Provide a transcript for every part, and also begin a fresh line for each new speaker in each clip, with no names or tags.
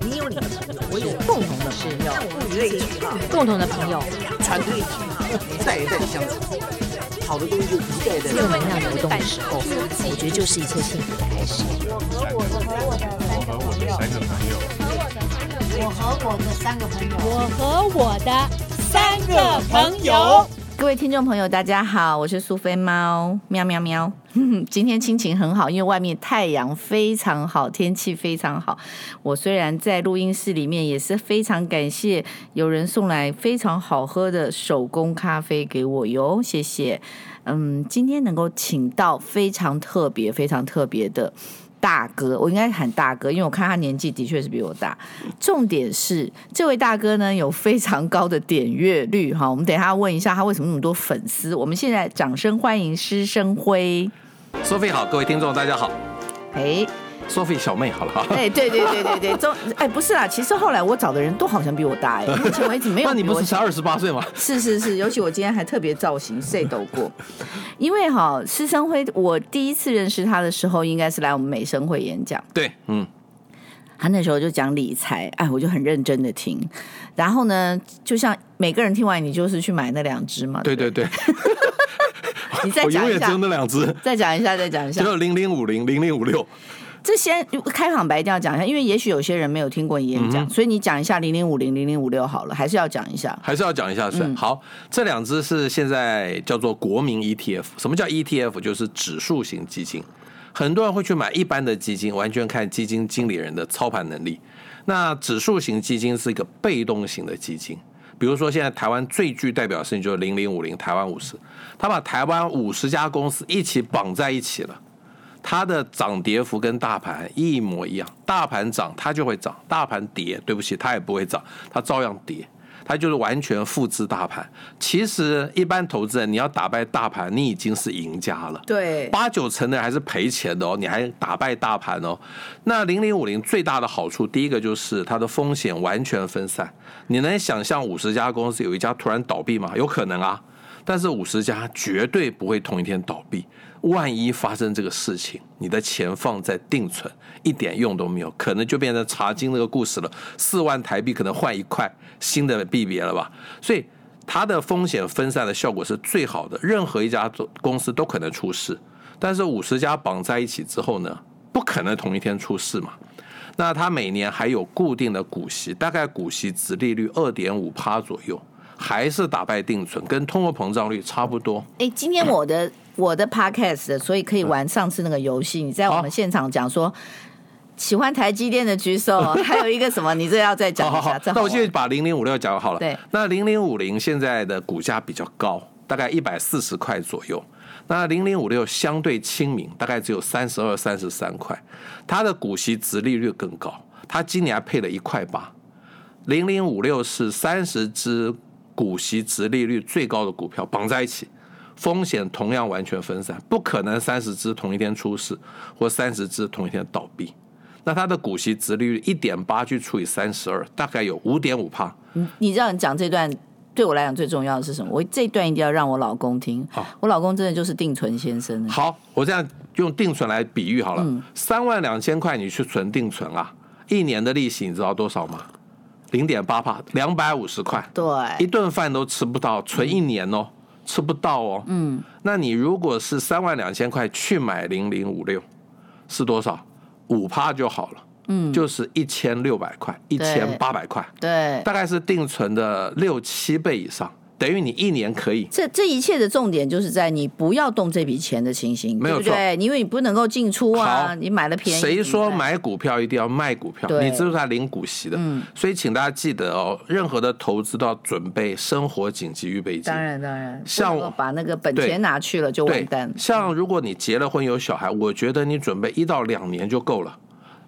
你有你的朋友，我有共同的朋友，物以类聚嘛，
共同的朋友，
团队聚嘛，代代相传，好的东西就一代代
正能量流动的时候，我觉得就是一切幸福的开始。
我和我的三个朋友，
我和我的三个朋友。
各位听众朋友，大家好，我是苏菲猫，喵喵喵。 今天心情很好，因为外面太阳非常好，天气非常好。我虽然在录音室里面，也是非常感谢有人送来非常好喝的手工咖啡给我哟，谢谢。嗯，今天能够请到非常特别、非常特别的大哥，我应该喊大哥，因为我看他年纪的确是比我大。重点是，这位大哥呢有非常高的点阅率哈，我们等一下问一下他为什么那么多粉丝。我们现在掌声欢迎师生辉。
索菲好，各位听众大家好，
哎，
索菲小妹好了哈。
哎，对对对对对，中哎不是啦，其实后来我找的人都好像比我大哎，目前为止没有
那
比
你
我
不是才二十八岁吗？
是是是，尤其我今天还特别造型 say 抖过，因为哈师生辉，我第一次认识他的时候，应该是来我们美生会演讲，
对，嗯，
他那时候就讲理财，哎，我就很认真的听，然后呢，就像每个人听完，你就是去买那两只嘛，
对对对，
你再
我
讲
永
一
远只有
下，
那两只，
再讲一下，再讲一下
只，有零零五零、零零五六。
这先开场白一定要讲一下，因为也许有些人没有听过你演
嗯
讲，所以你讲一下零零五零零零五六好了，还是要讲一下。
还是要讲一下是、好，这两只是现在叫做国民 ETF。什么叫 ETF？就是指数型基金。很多人会去买一般的基金，完全看基金经理人的操盘能力。那指数型基金是一个被动型的基金，比如说现在台湾最具代表性就是零零五零台湾五十，它把台湾五十家公司一起绑在一起了。它的涨跌幅跟大盘一模一样，大盘涨它就会涨，大盘跌，对不起，它也不会涨，它照样跌，它就是完全复制大盘。其实一般投资人你要打败大盘，你已经是赢家了。
对，
八九成的人还是赔钱的哦，你还打败大盘哦。那零零五零最大的好处，第一个就是它的风险完全分散。你能想象五十家公司有一家突然倒闭吗？有可能啊，但是五十家绝对不会同一天倒闭。万一发生这个事情，你的钱放在定存一点用都没有，可能就变成查经那个故事了。四万台币可能换一块新的币别了吧？所以它的风险分散的效果是最好的，任何一家公司都可能出事。但是五十家绑在一起之后呢，不可能同一天出事嘛。那它每年还有固定的股息，大概股息值利率二点五趴左右，还是打败定存，跟通货膨胀率差不多。
哎，今天我 的我的 podcast，的所以可以玩上次那个游戏。你在我们
嗯好
现场讲说喜欢台积电的举手， 还有一个什么，你这要再讲
好
一
好
下
好。，
这
那我
玩
现在把零零五六讲好了。
对，
那零零五零现在的股价比较高，大概一百四十块左右。那零零五六相对亲民，大概只有三十二、三十三块，它的股息值利率更高，它今年还配了一块八。零零五六是三十只股息值利率最高的股票绑在一起，风险同样完全分散，不可能三十只同一天出事或三十只同一天倒闭。那它的股息值利率一点八去除以三十二，大概有五点五帕。
你知道你讲这段对我来讲最重要的是什么？我这段一定要让我老公听。
好
我老公真的就是定存先生。
好，我这样用定存来比喻好了，三万两千块你去存定存啊，一年的利息你知道多少吗？零点八帕，两百五十块。
对，
一顿饭都吃不到，存一年哦，吃不到哦。嗯，那你如果是三万两千块去买零零五六，是多少？五趴就好了。嗯，就是一千六百块，一千八百块，
对，
大概是定存的六七倍以上，等于你一年可以。
这这一切的重点就是在你不要动这笔钱的情形，
没有
对不对？因为你不能够进出啊，
好
你买了便宜。
谁说
怎么办？
买股票一定要卖股票？
对嗯
你知道它领股息的，所以请大家记得哦，任何的投资都要准备生活紧急预备金。
当然当然，
像
不能够把那个本钱
对
拿去了就
对，
完蛋。
像如果你结了婚有小孩，我觉得你准备一到两年就够了。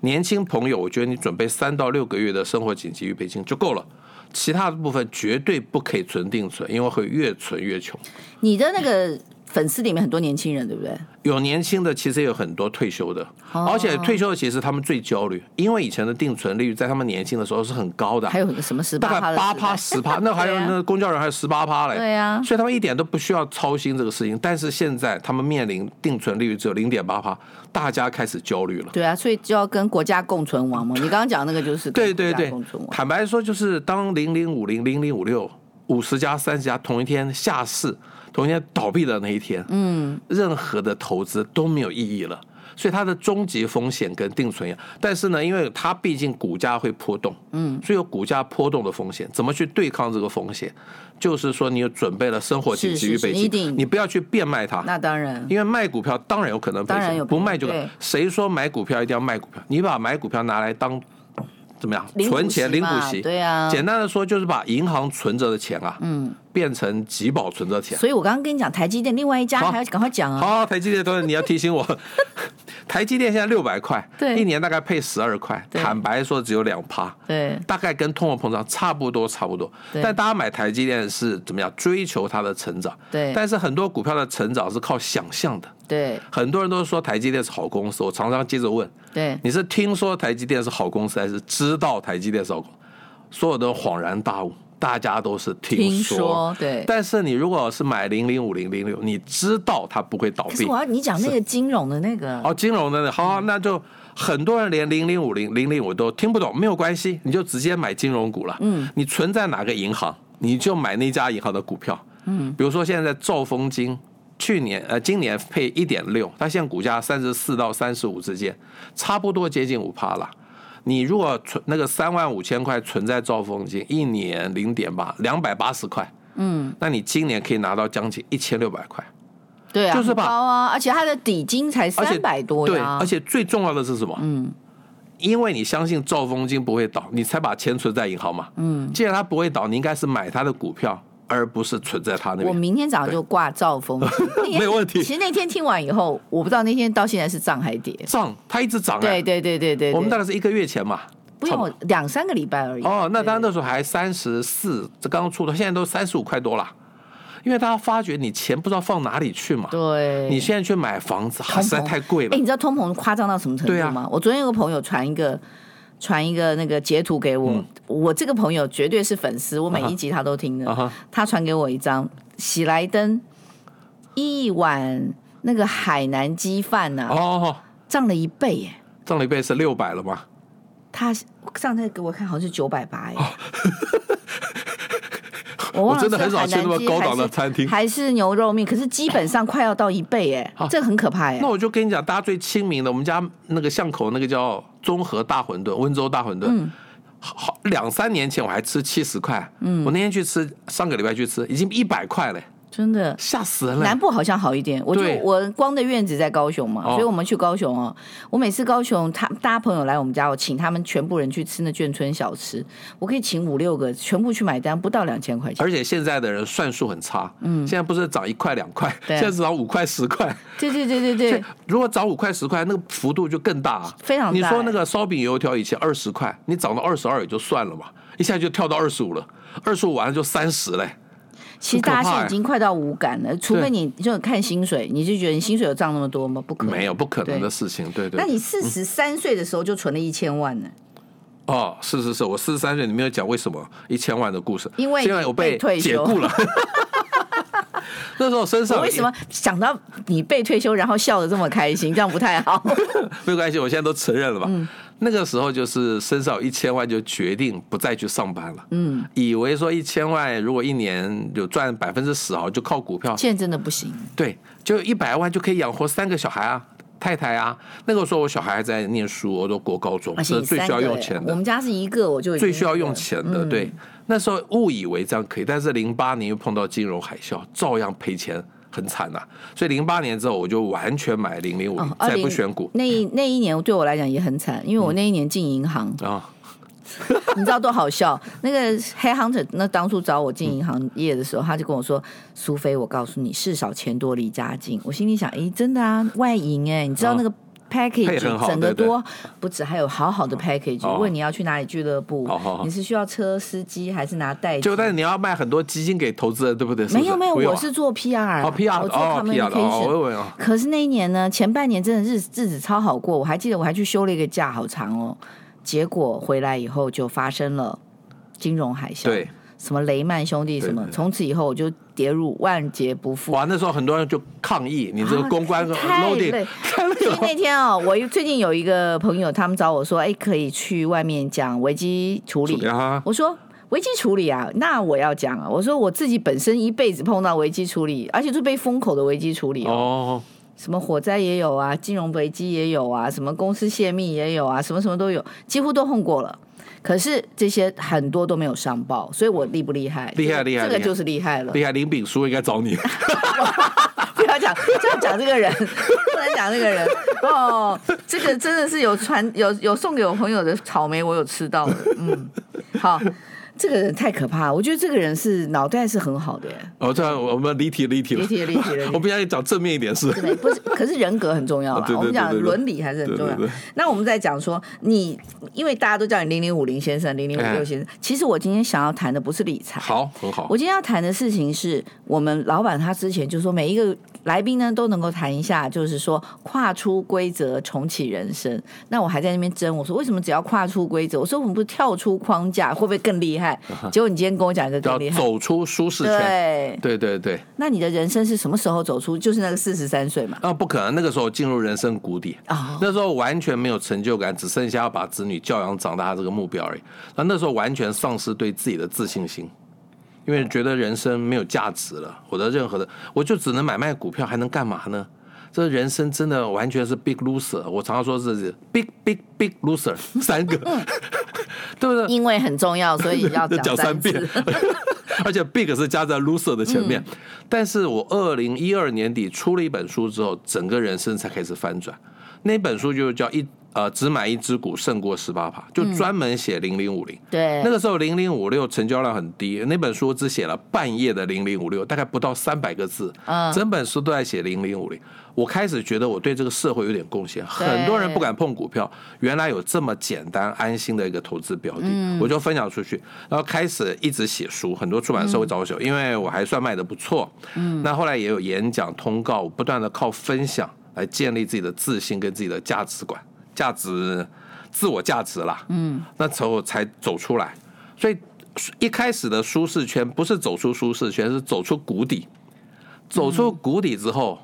年轻朋友，我觉得你准备三到六个月的生活紧急预备金就够了。其他的部分绝对不可以存定存，因为会越存越穷。
你的那个粉丝里面很多年轻人，对不对？
有年轻的，其实也有很多退休的，
哦
而且退休的其实他们最焦虑，因为以前的定存利率在他们年轻的时候是很高的，
还有什么十
大
八
概八趴、十 趴，那还有
对啊
那公交人还有十八趴嘞，
对啊
所以他们一点都不需要操心这个事情。但是现在他们面临定存利率只有零点八趴，大家开始焦虑了。
对啊，所以就要跟国家共存亡嘛。你刚刚讲那个就是跟
对对
国家
对
共存，亡，
坦白说，就是当零零五零、零零五六、五十家、三十家同一天下市、同一天倒闭的那一天，嗯，任何的投资都没有意义了。所以它的终极风险跟定存一样，但是呢，因为它毕竟股价会波动，嗯，所以有股价波动的风险，怎么去对抗这个风险？就是说，你有准备了生活
是
紧急
是
预
是
备
你一定
金，你不要去变卖它，
那当然。
因为卖股票当然有可能赔
当然有
钱，不卖就
对
谁说买股票一定要卖股票？你把买股票拿来当怎么样
领股
存钱
息
领股
嘛
息？
对啊
简单的说就是把银行存着的钱啊，嗯，变成集保存着钱。
所以我刚刚跟你讲，台积电另外一家
好
还要赶快讲啊。
好，台积电，等你要提 醒我，台积电现在六百块，
对
一年大概配十二块，
对
坦白说只有两趴，
对
大概跟通货膨胀差不多，差不多。
对
但大家买台积电是怎么样追求它的成长？
对
但是很多股票的成长是靠想象的，
对
很多人都说台积电是好公司，我常常接着问，
对，
你是听说台积电是好公司，还是知道台积电是好公司？所有的恍然大悟，大家都是
听
说。
说对
但是你如果是买零零五零零六，你知道它不会倒
可是
闭
我。要你讲那个金融的那个，
哦，金融的呢好、那就很多人连零零五零零零五都听不懂，没有关系，你就直接买金融股了。嗯，你存在哪个银行，你就买那家银行的股票。嗯，比如说现在兆丰金，去年呃今年配一点六，它现在股价三十四到三十五之间，差不多接近五趴了。你如果存那个三万五千块存在兆丰金，一年零点八两百八十块，嗯，那你今年可以拿到将近一千六百块。
对啊，
就是
很
把
高啊，而且它的底金才
而且
三百多
对，
呀
而，且最重要的是什么？嗯，因为你相信兆丰金不会倒，你才把钱存在银行嘛。嗯，既然它不会倒，你应该是买它的股票，而不是存在它那
我
边。
明天早上就挂兆丰金，那天
没有问题
其实那天听完以后，我不知道那天到现在是涨还跌。
涨，它一直涨、啊。
对对对对对，
我们大
对
概是一个月前嘛。
不
差
用
多
两三个礼拜而已。
哦，那
对
当然那时候还三十四，这刚刚出头，现在都三十五块多了。因为大家发觉你钱不知道放哪里去嘛。
对，
你现在去买房子，啊、实在太贵了。
哎，你知道通膨夸张到什么程
对
度
啊
吗？我昨天有个朋友传一个传一个那个截图给我，我这个朋友绝对是粉丝，我每一集他都听的。
嗯啊哈
他传给我一张喜来登一碗那个海南鸡饭呐、
哦，
涨了一倍耶！
涨了一倍是六百了嘛？
他上次给我看好像是九百八耶。 我忘
哦我
了
真的很
是
少
海
去那
南
么
鸡
高
还
档的
是
餐厅
还是牛肉面，可是基本上快要到一倍耶，
啊
这个很可怕耶
那。我就跟你讲，大家最亲民的，我们家那个巷口那个叫综合大馄饨，温州大馄饨。
嗯
好两三年前我还吃七十块，嗯，我那天去吃，上个礼拜去吃，已经一百块了，
真的，
吓死人了
南。部好像好一点，我就
对
我光的院子在高雄嘛，
哦
所以我们去高雄哦。我每次高雄，他大家朋友来我们家，我请他们全部人去吃那眷村小吃，我可以请五六个，全部去买单，不到两千块钱。
而且现在的人算术很差，嗯，现在不是涨一块两块，
对
现在只涨五块十块。
对对对对对，
如果涨五块十块，那个幅度就更大、啊，
非常大哎
你说那个烧饼油条以前二十块，你涨到二十二也就算了嘛，一下就跳到二十五了，二十五完了就三十嘞。
其实
很可
大
怕
家现在
哎
已经快到无感了，除非
对
你就看薪水，你就觉得你薪水有涨那么多吗？不可能。
没有不可能
对
的事情，对对。
那
对
你四十三岁的时候就存了一千万呢？
哦，是是是，我四十三岁，你没有讲为什么一千万的故事，
因为
是因为我
被退休
解雇 了。那时候身上
我为什么想到你被退休，然后笑得这么开心？这样不太好。
没有关系？我现在都承认了吧？
嗯
那个时候就是身上有一千万，就决定不再去上班了。嗯，以为说一千万如果一年有赚百分之十啊，就靠股票，
现在真的不行，
对，就一百万就可以养活三个小孩啊。太太啊，那个时候我小孩还在念书，我都国高中，
而且
是
你
最
三
需要
个
用
哎
钱的
我。们家是一个，我就已
最
经
需要
觉
用
得
钱的，
嗯
对。那时候误以为这样可以，但是零八年又碰到金融海啸，照样赔钱，很惨呐、所以零八年之后，我就完全买零零五
哦，，
再不
20
选股嗯
那一那一年对我来讲也很惨，因为我那一年进银行，
啊。
你知道多好笑？那个黑 hunter 那当初找我进银行业的时候，他就跟我说：“苏菲，我告诉你，事少钱多离家近。”我心里想：“诶，真的啊，外银诶，你知道那个
配很
package
好
整个
对对
多，不止还有好好的 package，、
哦
问你要去哪里俱乐部，
哦好好
你是需要车司机还是拿代
就
金？
但是你要卖很多基金给投资人，对不对？是不
没有没有，
不用
我
啊
是做 PR，
哦 PR
我做
哦 PR 的哦，我
communication。
以为啊。
可是那一年呢，前半年真的日日子超好过，我还记得我还去休了一个假，好长哦。结果回来以后就发生了金融海啸，
对，
什么雷曼兄弟
对
什么
对，
从此以后我就跌入万劫不复。啊
哇，那时候很多人就抗议你这个公关哦
太
loading，
累。 所以那天哦，我最近有一个朋友，他们找我说，哎，可以去外面讲危机处理。
啊，
我说危机处理啊，那我要讲啊。我说我自己本身一辈子碰到危机处理，而且是被封口的危机处理哦，
哦，
什么火灾也有啊，金融危机也有啊，什么公司泄密也有啊，什么什么都有，几乎都碰过了。可是这些很多都没有上报，所以我厉不厉害？
厉害
这个
厉害
这个
厉害
就是厉害了。
厉害，林炳书应该找 你，
不要讲，不要讲这个人，不能讲这个人哦。这个真的是有传有有送给我朋友的草莓，我有吃到的。嗯，好，这个人太可怕了，我觉得这个人是脑袋是很好的耶，
哦，这样我们离题离题了
离题了离题了离题了
我不想讲正面一点是，
对不 是？可是人格很重要啦
啊，对对
我们讲
对对对
伦理还是很重要
对对对。
那我们再讲说，你因为大家都叫你零零五零先生、零零五六
哎
先生，其实我今天想要谈的不是理财，
好，很好
我，今天要谈的事情是我们老板他之前就说每一个来宾呢都能够谈一下，就是说跨出规则重启人生。那我还在那边争，我说为什么只要跨出规则？我说我们不是跳出框架会不会更厉害？结果你今天跟我讲一个
啊要
更厉害。
走出舒适圈。
对，
对对对，
那你的人生是什么时候走出？就是那个四十三岁嘛。
啊，不可能！那个时候进入人生谷底，
哦
那时候完全没有成就感，只剩下要把子女教养长大这个目标而已。那那时候完全丧失对自己的自信心，因为觉得人生没有价值了，我的任何的，我就只能买卖股票，还能干嘛呢？这人生真的完全是 big loser，我常常说是 big big big loser 三个， 对不 对？
因为很重要，所以要
讲
讲
三
三次嗯
遍， 而且 big 是加在 loser 的前面。但是我二零一二年底出了一本书之后，整个人生才开始翻转。那本书就叫一呃，只买一只股胜过十八趴，就专门写零零五零。
嗯对，
那个时候零零五六成交量很低，那本书只写了半页的零零五六，大概不到三百个字，
嗯
整本书都在写零零五零。我开始觉得我对这个社会有点贡献，很多人不敢碰股票，原来有这么简单安心的一个投资标的，我就分享出去，然后开始一直写书，很多出版社会找我写，因为我还算卖的不错，嗯，那后来也有演讲通告，我不断的靠分享来建立自己的自信跟自己的价值观、价值、自我价值啦，嗯，那时候才走出来，所以一开始的舒适圈不是走出舒适圈，是走出谷底，走出谷底之后。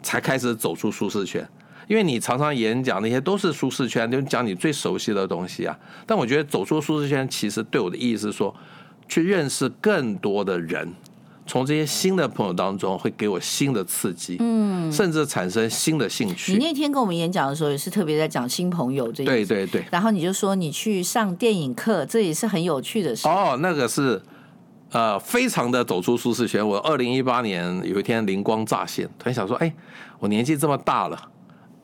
才开始走出舒适圈。因为你常常演讲那些都是舒适圈，就讲你最熟悉的东西啊。但我觉得走出舒适圈，其实对我的意义是说，去认识更多的人，从这些新的朋友当中会给我新的刺激，嗯，甚至产生新的兴
你
趣。
那天跟我们演讲的时候，也是特别在讲新朋友这一
对对对，
然后你就说你去上电影课，这也是很有趣的事。
哦，那个是。呃，非常的走出舒适圈。我二零一八年有一天灵光乍现，突然想说，哎，我年纪这么大了，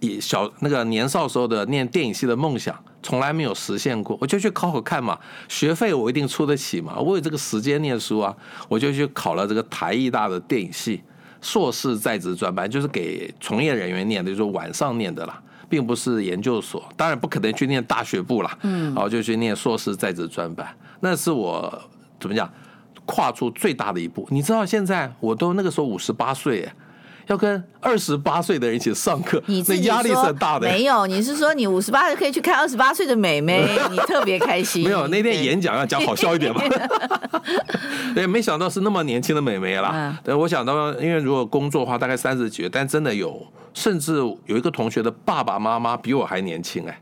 也小那个年少时候的念电影系的梦想，从来没有实现过，我就去考考看嘛，学费我一定出得起嘛，我有这个时间念书啊，我就去考了这个台艺大的电影系硕士在职专班，就是给从业人员念的，就是晚上念的啦。并不是研究所，当然不可能去念大学部啦，嗯，然后就去念硕士在职专班，那是我怎么讲，跨出最大的一步。你知道现在我都那个时候五十八岁耶，要跟二十八岁的人一起上课，
你
那
自己
压力是
说
很大的耶。
没有，你是说你五十八可以去看二十八岁的美 眉，你特别开心。
没有那天
对
演讲要讲好笑一点 嘛。对，没想到是那么年轻的美眉啦
嗯。
对，我想到，因为如果工作的话，大概三十几，但真的有，甚至有一个同学的爸爸妈妈比我还年轻哎。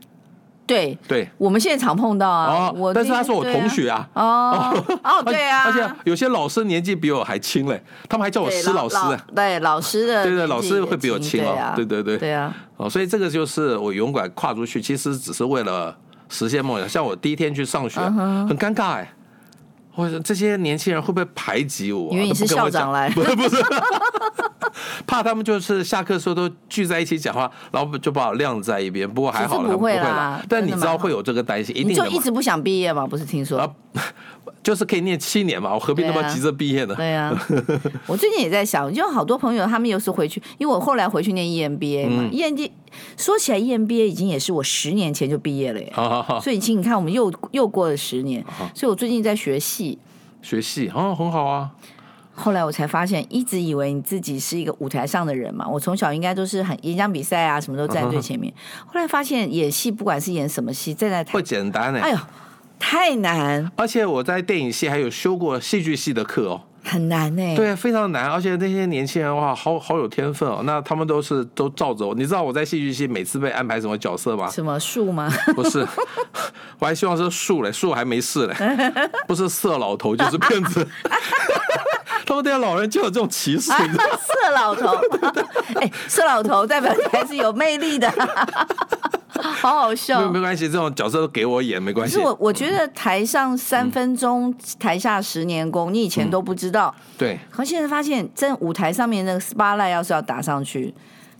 对，
对，
我们现在常碰到啊。
哦
我
但是
那
他
天
是我
对啊
同学啊
哦 哦，对啊，
而且有些老师年纪比我还轻嘞，他们还叫我
对
施老师哎。
对老师的
对对
年纪
老师会比我
也
轻哦
对啊
对对对
对啊，
哦，所以这个就是我勇敢跨出去，其实只是为了实现梦想。像我第一天去上学，
嗯
很尴尬哎，我说这些年轻人会不会排挤我、啊？
因为你
都不
是
跟我
校长
讲
来
不是不是，怕他们就是下课的时候都聚在一起讲话，然后就把我晾在一边。不过还好
其
啦，
实不
不
会啦
啦。但
真
你
的
知
蛮
道
好
会有这个担心，一
你
定的
就
嘛。
一直不想毕业嘛？不是听说
啊？就是可以念七年嘛，我何必那么
对啊
急着毕业 呢？
对啊，我最近也在想，就好多朋友他们有时回去，因为我后来回去念 EMBA 嘛、e m b a 说起来，EMBA 已经也是我十年前就毕业了耶。
好好好，
所以，请你看，我们又又过了十年，所以我最近在学戏。
学戏啊，很好啊，
后来我才发现，一直以为你自己是一个舞台上的人嘛。我从小应该都是很演讲比赛啊，什么都站最前面。后来发现演戏，不管是演什么戏，站在
不
台，
简单哎、
哎呦，太难，
而且我在电影系还有修过戏剧系的课哦，
很难呢、
对，啊非常难。而且那些年轻人哇，好好有天分哦。那他们都是都照着我。你知道我在戏剧系每次被安排什么角色 吗？
什么树吗？
不是，我还希望是树嘞，树还没 事嘞，不是色老头就是骗子。他们对老人就有这种 歧视，
哎
你知道吗
色老头，哎，色老头代表你还是有魅力 的，好好
没
笑
有没。关系，这种角色都给我演没关
可
系
是。我我觉得台上三分钟，
嗯
台下十年功，你以前都不知道，
对，
可现在发现，真舞台上面那个 spotlight 要是要打上去，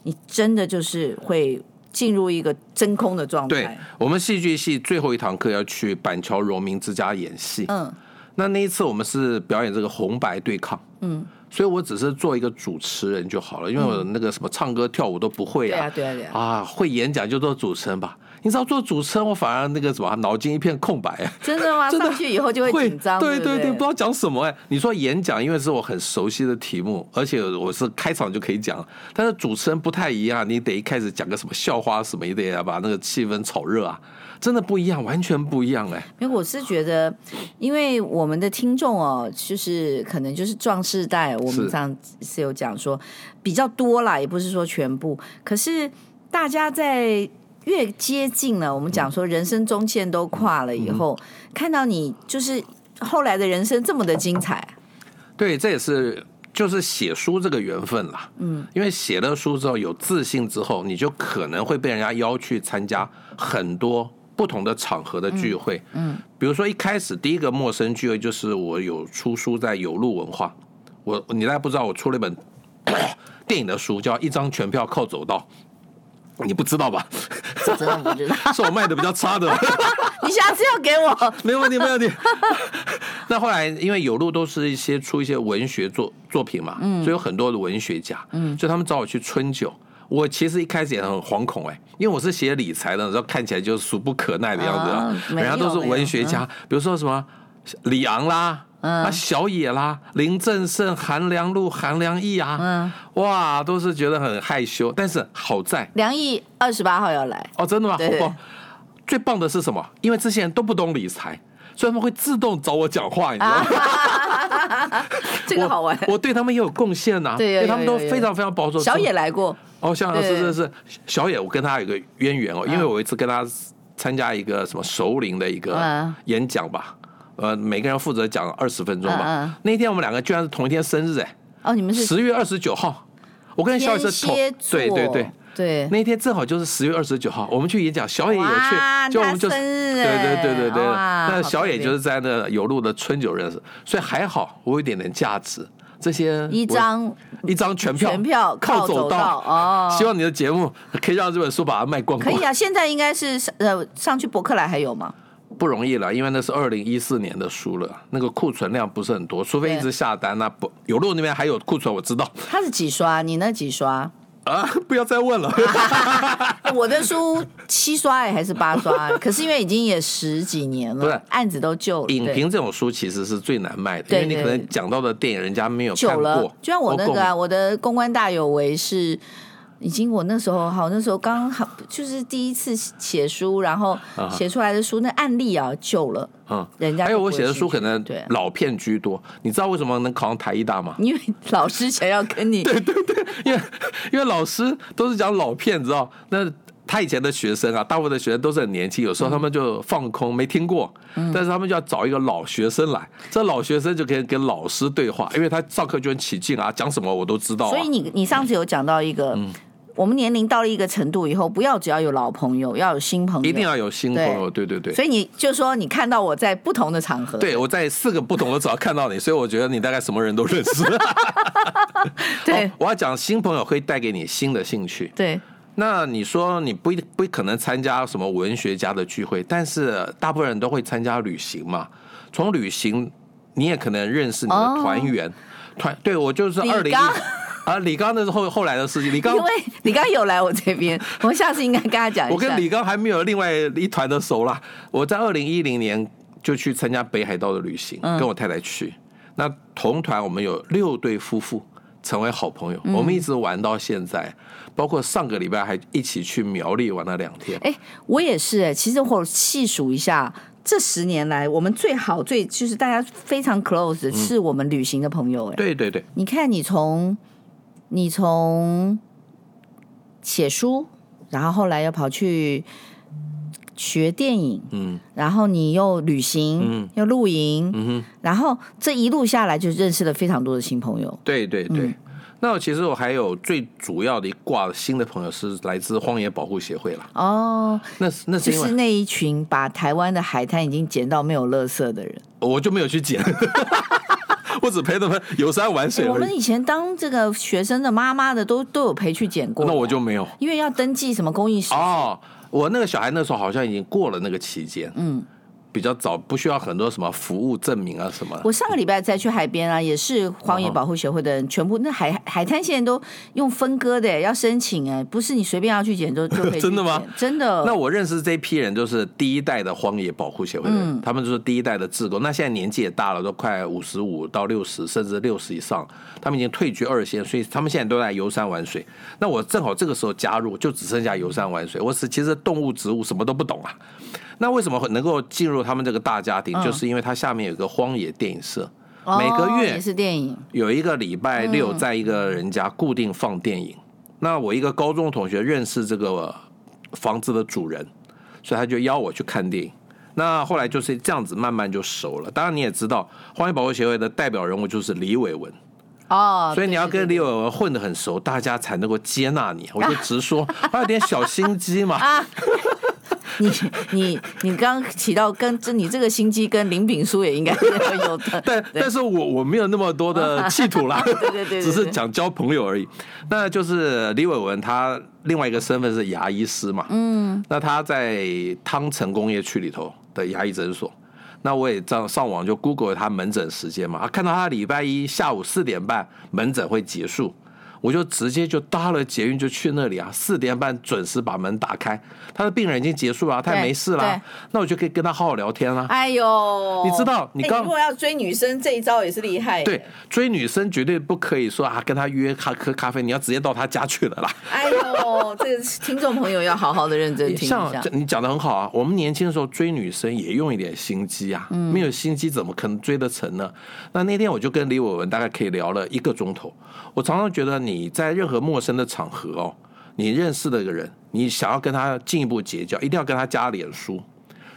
你真的就是会进入一个真空的状
对
态。
我们戏剧系最后一堂课要去板桥荣民之家演戏。
嗯，
那那一次我们是表演这个红白对抗，嗯，所以我只是做一个主持人就好了，因为我那个什么唱歌跳舞都不会
对
啊，
啊，对啊，对啊。
啊，会演讲就做主持人吧。你知道做主持人，我反而那个什么脑筋一片空白、
真的吗？
真的
上去以后就会紧张，
对
对
对，不知道讲什么哎、你说演讲，因为是我很熟悉的题目，而且我是开场就可以讲，但是主持人不太一样，你得一开始讲个什么笑话什么，也得把那个气氛炒热啊，真的不一样，完全不一样哎、
没有，我是觉得，因为我们的听众哦，就是可能就是壮世代，我
是
们上次有讲说比较多啦，也不是说全部，可是大家在。越接近了，我们
嗯
讲说人生中线都跨了以后，看到你就是后来的人生这么的精彩，
对，这也是就是写书这个缘分啦。嗯，因为写了书之后有自信之后，你就可能会被人家邀去参加很多不同的场合的聚会。嗯，比如说一开始第一个陌生聚会就是我有出书在有路文化，我你大家不知道我出了一本 电影的书，叫《一张全票靠走道》。你不知道吧？
这真的不知道。
是我卖的比较差的。
你下次要给 我
没有问题，没有问题。那后来，因为有路都是一些出一些文学作作品嘛，
嗯
所以有很多的文学家，所以他们找我去春酒。我其实一开始也很惶恐哎、因为我是写理财的，然后看起来就俗不可耐的样子啊
啊，没
人家都
有嗯
是
没有
文学家，比如说什么李昂
嗯
啦。啊，小野啦，林正盛、韩良露、韩良义啊，
嗯
哇，都是觉得很害羞。但是好在
梁毅二十八号要来，
哦，真的吗？
对
哦，最棒的是什么？因为这些人都不懂理财，所以他们会自动找我讲话，你知道吗？
啊 这个好玩。
我，我对他们也有贡献呐、
对有
因为他们
有
都
有有
非常非常保守。
小野来过，
哦，像
对嗯
是是是，小野，我跟他有个渊源哦，因为我有一次跟他参加一个什么首领的一个
嗯
演讲吧，呃，每个人负责讲二十分钟
嗯
吧
嗯。
那天我们两个居然是同一天生日哎，
哦，你们是
十月二十九号，我跟小
天
野是同
蝎座，
对对对。
对
那一天正好就是十月二十九号，我们去演讲，小野也去
哇，
就我们就
他生日
对对
哎
对对对，
哇
那
好
小野
特别
就是在那有路的春酒认识，所以还好我有一点点价值。这些
一
我
张
一张全票，
全票
靠
靠
走
走道哦
希望你的节目可以让这本书把它卖光
可
光
以，啊，现在应该是呃上去博客来还有吗？
不容易了，因为那是二零一四年的书了，那个库存量不是很多，除非一直
对
下单那不有路那边还有库存，我知道
它是几刷？你那几刷？
啊， 不要再 问了。
哎 我的书七刷哎还是八刷？ 可是因为已经也十几年
不是
了，案子都旧了，
影
对
评这种书其实是最难卖的，
对
因为你可
对
能讲到的电影人家没有看
久了
过，，
就像我那
或
个、
共
啊、我的公关大有为是。已经，我那时候好，那时候刚好就是第一次写书，然后
啊
写出来的书那案例啊旧了，
嗯，
人家
还有我
就不会
写的书
兴趣
可能
对，？
老片居多，你知道为什么能考上台艺大吗
因为老师想要跟你
因为因为老师都是讲老片，你知道那。他以前的学生啊，大部分的学生都是很年轻，有时候他们就放空，没听过，
嗯
但是他们就要找一个老学生来，这老学生就可以跟老师对话，因为他上课就很起劲啊，讲什么我都知道、啊。
所以你你上次有讲到一个，
嗯
我们年龄到了一个程度以后，不要只要有老朋友，要有新朋友，
一定。要有新朋友，对对对。
所以你就说你看到我在不同的场合，
对，我在四个不同的场合看到你，所以我觉得你大概什么人都认识。
对、
我要讲新朋友会带给你新的兴趣，
对，
那你说你不一不可能参加什么文学家的聚会，但是大部分人都会参加旅行嘛。从旅行，你也可能认识你的团员。团对我就是
哦李
二零一
刚，
啊，李刚那是后后来的事情。李刚
因，为你刚刚有来我这边，我下次应该跟他讲一下。
我跟李刚还没有另外一团的熟啦。我在二零一零年就去参加北海道的旅行，
嗯
跟我太太去。那同团我们有六对夫妇成为好朋友，
嗯
我们一直玩到现在，包括上个礼拜还一起去苗栗玩了两天。
哎，我也是哎、其实我细数一下，这十年来我们最好最就是大家非常 close 的
嗯
是我们旅行的朋友哎、
对对对，
你看你从你从写书，然后后来又跑去学电影，
嗯
然后你又旅行，
嗯
又露营，
嗯哼。
然后这一路下来就认识了非常多的新朋友。
对对对。
嗯
那其实我还有最主要的一挂新的朋友是来自荒野保护协会啦，
哦，
那是那
就
是因为
是那一群把台湾的海滩已经捡到没有垃圾的人。
我就没有去捡， 我只陪他们游山玩水
哎我
而
们
已。
以前当这个学生的妈妈的都都有陪去捡过，
那我就没有
因为要登记什么公益事，
哦。我那个小孩那时候好像已经过了那个期间，嗯，比较早，不需要很多什么服务证明啊什么的。
我上个礼拜再去海边啊，也是荒
嗯
野保护协会的人，全部那海海滩现在都用分割的，要申请哎，不是你随便要去捡就就可以去捡
真的吗？
真的。
那我认识这批人，就是第一代的荒野保护协会的
嗯
人，他们就是第一代的志工。那现在年纪也大了，都快五十五到六十，甚至六十以上，他们已经退居二线，所以他们现在都在游山玩水。那我正好这个时候加入，就只剩下游山玩水。我是其实动物、植物什么都不懂啊。那为什么能够进入他们这个大家庭，就是因为它下面有个荒野电影社，
嗯哦
每个月
也是电影，
有一个礼拜六
嗯
在一个人家固定放电影。那我一个高中同学认识这个房子的主人，所以他就邀我去看电影。那后来就是这样子，慢慢就熟了。当然你也知道，荒野保护协会的代表人物就是李伟文，
哦，
所以你要跟
对
李伟文混得很熟，大家才能够接纳你。我 就直说，他有点小心机嘛。
对对你你你刚刚提到跟这你这个心机跟林炳书也应该是有 的，
但但是我我没有那么 多的企图啦，
对对对对对
只是讲交朋友而已。那就是李伟文他另外一个身份是牙医师嘛，嗯，那他在汤臣工业区里头的牙医诊所。那我也这样上网就 Google 他门诊时间嘛，啊看到他礼拜一下午四点半门诊会结束，我就直接就搭了捷运就去那里啊，四点半准时把门打开，他的病人已经结束了啊，他也
对
没事
对
啦，那我就可以跟他好好聊天啊啦。
哎呦，
你知道你
哎
刚
如果要追女生这一招也是厉害，
对，，追女生绝对不可以说啊，跟她约咖喝咖啡，你要直接到她家去了 啦。
哎呦，这个听众朋友要好好的认真听一
像
下
这，你讲的很好啊，我们年轻的时候追女生也用一点心
嗯
机啊，没有心机怎么可能追得成呢？那那天我就跟李伟文大概可以聊了一个钟头。我常常觉得你在任何陌生的场合哦，你认识的一个人，你想要跟他进一步结交，一定要跟他加脸书，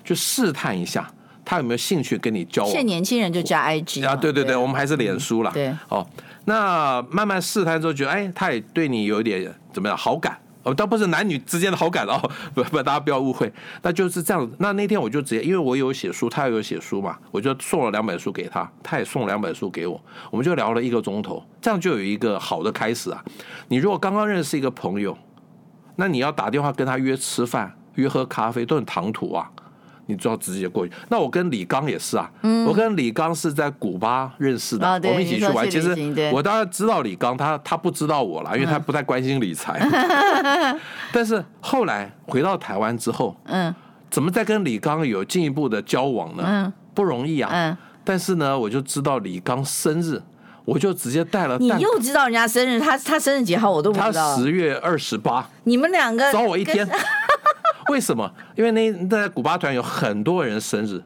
去试探一下他有没有兴趣跟你交往
现在。年轻人就加 IG
啊，
嘛
对对对，
啊
我们还是脸书啦。
对，
哦，那慢慢试探之后，觉得哎，他也对你有一点怎么样好感。哦，倒不是男女之间的好感哦， 不不，大家不要误会，那就是这样。那那天我就直接，因为我有写书，他也有写书嘛，我就送了两本书给他，他也送了两本书给我，我们就聊了一个钟头，这样就有一个好的开始啊。你如果刚刚认识一个朋友，那你要打电话跟他约吃饭、约喝咖啡，都很唐突啊。你就要直接过去。那我跟李刚也是啊，我跟李刚是在古巴认识的，
啊嗯对
我们一起
你
去
说
玩。
去
其
旅
实
行对嗯
我当然知道李刚，他他不知道我啦，因为他不太关心 理财。但是后来回到台湾之后，
嗯
怎么再跟李刚有进一步的交往呢？
嗯
不容易啊。
嗯，
但是呢，我就知道李刚生日，我就直接带了
你
蛋。
又知道人家生日，他他生日几号我都不
他
知道。
十月二十八，
你们两个
早我一 天
跟，。
为什么？因为那那在古巴团有很多人生日，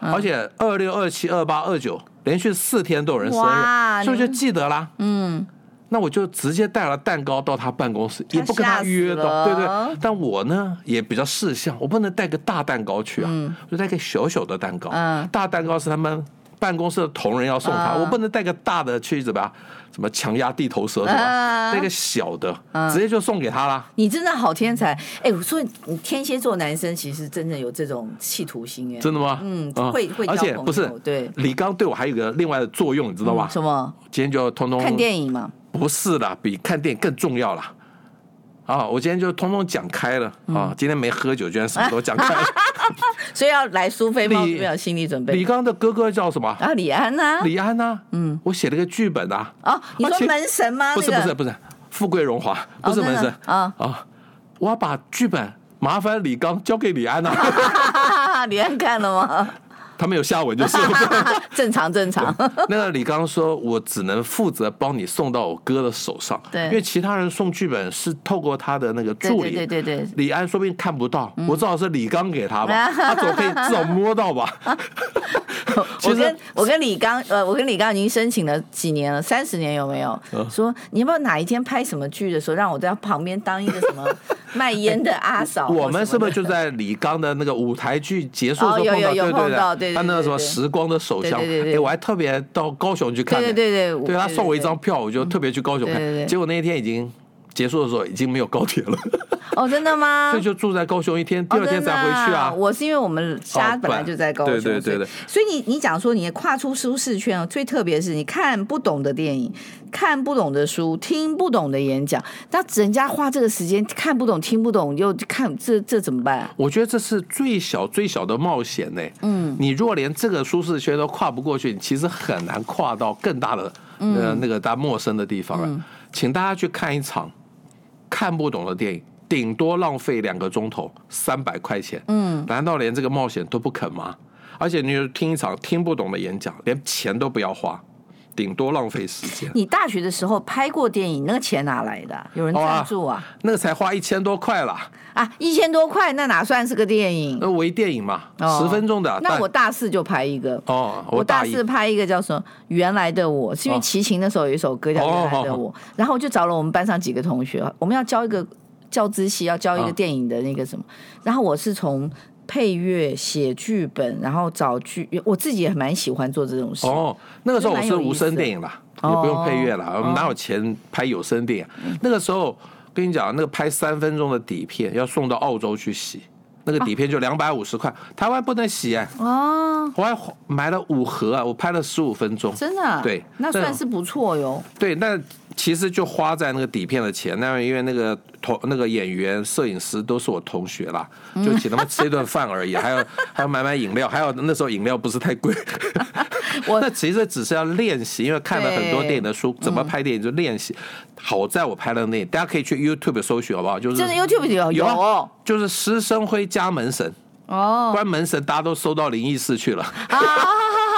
嗯
而且二六、二七、二八、二九连续四天都有人生
哇
日，所以我
你
就记得啦。嗯。那我就直接带了蛋糕到他办公室，也不跟
吓
他
死
约的，
了
对对。但我呢也比较识相，我不能带个大蛋糕去啊，我就带个小小的蛋糕。
嗯
大蛋糕是他们办公室的同仁要送他，
嗯
我不能带个大的去怎么样？什么强压地头蛇什么？啊
嗯
带个小的，直接就送给他啦。
你真的好天才！哎，我说你天蝎座男生其实真的有这种企图心哎，
真的吗？
嗯
啊
会会交
而且
朋
不是
友对嗯
李刚对我还有一个另外的作用，你知道哦吗？
什么
今天就通通
看电影嘛？
不是啦，比看电影更重要啦。啊，我今天就通通讲开了
嗯
啊，今天没喝酒，居然什么都讲 开了。
所以要来苏菲猫
李
就要有心理准
李
备。
刚的哥哥叫什么？
啊，李安呐、
李安呐，嗯，我写了个剧本啊。
哦，你
而
说
且
门神吗？
不是
那
不
个
是不是，富贵荣华不是
那个
门神
啊
啊，我要把剧本麻烦李刚交给李安呐，
李安看了吗？
他没有下文就是。
正常正常，
那个李刚说：“我只能负责帮你送到我哥的手上，
对
因为其他人送剧本是透过他的那个助理，
对对对对对
李安说不定看不到，我至少是李刚给他 吧，他总可以至少摸到吧。
哦
其
我
实
跟我跟李刚呃，我跟李刚已经申请了几年了，三十年有没有？
嗯
说你要不要哪一天拍什么剧的时候，让我在旁边当一个什么 卖烟的阿嫂或什么的？
哎我们是不是就在李刚的那个舞台剧结束
哦
的时
有
候碰到？
有有碰到
对
对
对
对
他那个
对
什么
对
时光的手相，
对对对对
哎，我还特别到高雄去看呢，
对对对对
对他
对对
送我一张票，我就特别去高雄
对对对
看，结果那一天已经结束的时候已经没有高 铁了，
哦，真的吗？
所以就住在高雄一天，
哦
第二天
真的
才回去啊。
我是因为我们家
哦
本来就在高雄，
对对对对
所以。所以你你讲说你跨出舒适圈哦，最特别是你看不懂的电影、看不懂的书、听不懂的演讲，那人家花这个时间看不懂、听不懂又看这这怎么办啊？
我觉得这是最小最小的冒险呢、嗯，你若连这个舒适圈都跨不过去，你其实很难跨到更大的、呃
嗯
那个大家陌生的地方啊。请大家去看一场看不懂的电影，顶多浪费两个钟头，三百块钱。嗯，难道连这个冒险都不肯吗？而且你就听一场听不懂的演讲，连钱都不要花，顶多浪费时间。
你大学的时候拍过电影，那个钱哪来的啊？有人
哦啊
赞助啊？
那个才花一千多块啦，
啊，一千多块，那哪算是个电影？
那微电影嘛，十、
哦
分钟的。
那
呃但
我大四就拍一个。
哦，
我
大
大
一
四拍一个叫什么《原来的我》，是因为
哦
齐秦那时候有一首歌叫《原来的我》，然后我就找了我们班上几个同学，我们要教一个教资系，要教一个
嗯
电影的那个什么，然后我是从。配乐、写剧本，然后找剧，我自己也蛮喜欢做这种事。
哦，那个时候我
蛮
是
有意
无
思
声
的哦
电影啦，也不用配乐啦，我们哪有钱拍有声电影？那个时候跟你讲，那个拍三分钟的底片要送到澳洲去洗，那个底片就两百五十块，台湾不能洗哎、
啊哦，
我还买了五盒啊，我拍了十五分钟，
真的啊、
对
那
那
算是不错哟。
对，那其实就花在那个底片的钱，那因为那个同那个演员、摄影师都是我同学啦，
嗯
就请他们吃一顿饭而已，还 有还有买买饮料，还有那时候饮料不是太贵。
我
那其实只是要练习，因为看了很多电影的书，怎么拍电影就练习。好在我拍了那，大家可以去 YouTube 搜寻好不好？就是
真的 YouTube 有
嗯有啊
哦，
就是师生辉加门神， 关门神大家都搜到灵异室去了。
哦啊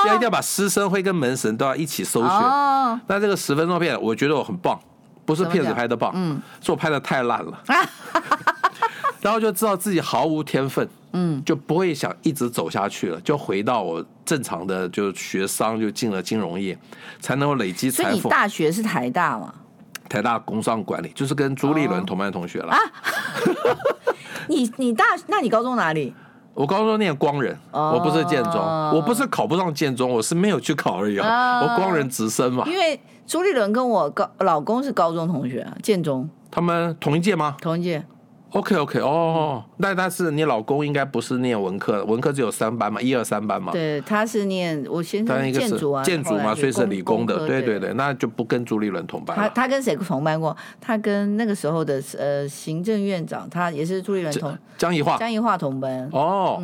现在一定 要把师生辉跟门神都要一起搜寻。
哦
那这个十分钟片，我觉得我很棒，不是骗子拍的棒，嗯，是我拍的太烂 了。然后就知道自己毫无天分，嗯，就不会想一直走下去了，就回到我正常的，就学商，就进了金融业，才能够累积
所以
财
你
富。
大学是台大嘛？
台大工商管理就是跟朱立
哦
伦同班的同学了。
你你大，那你高中哪里？
我高中念光仁，
哦
我不是建中，我不是考不上建中，我是没有去考而已啊。
哦
我光仁直升嘛，
因为朱立伦跟我高老公是高中同学啊，建中
他们同一届吗
同一届。
？OK OK，哦，
嗯
那但是你老公应该不是念文科，文科只有三班嘛，一二三班嘛。
对，他是念我先
当然
生
一个
建
是
筑啊，
建筑
后来
嘛，
就
所以是理工的，
科
对
对
对。对，那就不跟朱立伦同班
他
了。
他跟谁同班过？他跟那个时候的呃行政院长，他也是朱立伦同
江宜桦，
江宜嗯桦同班。
哦，